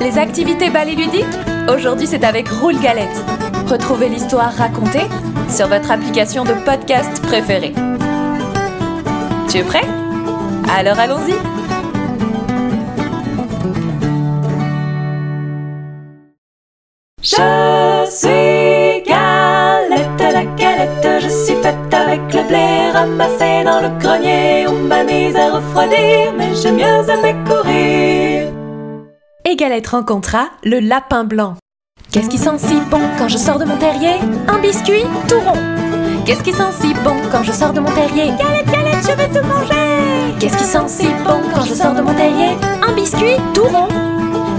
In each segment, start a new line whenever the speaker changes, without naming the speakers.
Les activités ballet ludique Aujourd'hui, c'est avec Roule Galette. Retrouvez l'histoire racontée sur votre application de podcast préférée. Tu es prêt Alors allons-y Je suis galette, la galette, je suis faite avec le blé ramassé dans le grenier. On m'a mise à refroidir, mais j'ai mieux aimé courir. Et Galette rencontra le lapin blanc. Qu'est-ce qui sent si bon quand je sors de mon terrier Un biscuit tout rond. Qu'est-ce qui sent si bon quand je sors de mon terrier Galette, galette, je vais tout manger. Qu'est-ce qui sent si bon quand je sors de mon terrier Un biscuit tout rond.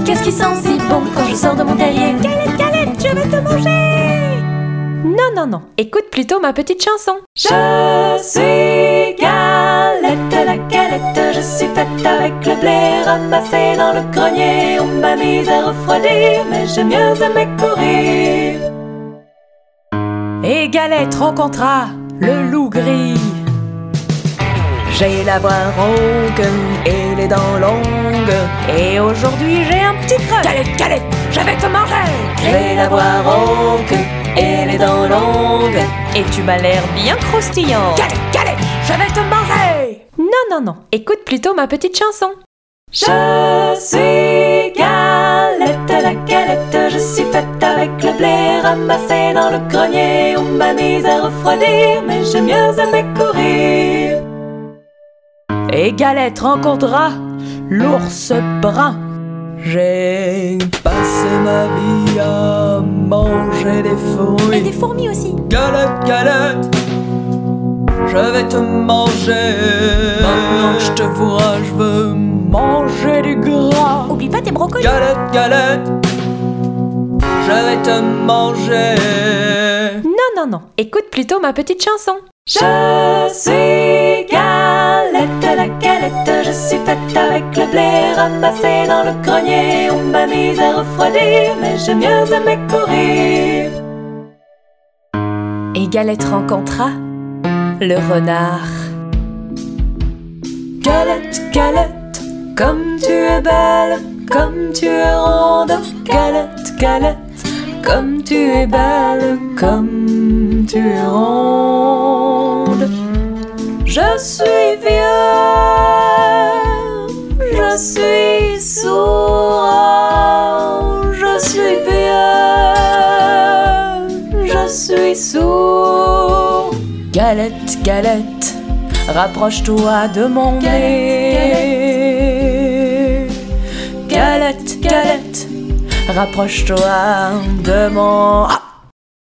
Qu'est-ce qui sent si bon quand je sors de mon terrier Galette, galette, je vais te manger Ah, Non, non, non, écoute plutôt ma petite chanson. Je suis galette, la galette, je suis faite avec le blé ramassé dans le grenier. On m'a mise à refroidir, mais j'ai mieux aimé courir. Et Galette rencontra le loup gris. J'ai la voix rauque et les dents longues. Et aujourd'hui, j'ai un petit creux. Galette, galette, je vais te manger. J'ai la voix rauque et les dents longues. Et tu m'as l'air bien croustillant. Galette, galette, je vais te manger. Non, non, non, écoute plutôt ma petite chanson. Je suis galette, la galette, je suis faite avec le blé ramassé dans le grenier. On m'a mise à refroidir, mais j'ai mieux aimé courir. Et Galette rencontrera l'ours brun. J'ai passé ma vie à manger des fruits. Et des fourmis aussi. Galette, galette, je vais te manger. Maintenant que je te vois, je veux manger du gras.
Oublie pas tes brocolis.
Galette, galette, je vais te manger. Non, non, non, écoute plutôt ma petite chanson. Je suis galette, la galette, je suis faite avec le blé ramassé dans le grenier. On m'a mise à refroidir, mais j'ai mieux aimé courir. Et Galette rencontra le renard. Galette, galette, comme tu es belle, comme tu es ronde. Galette, galette. Comme tu es belle, comme tu es ronde. Je suis vieux, je suis sourd. Je suis vieux, je suis sourd. Galette, galette, rapproche-toi de mon nez. Galette, galette. Rapproche-toi de mon... Ah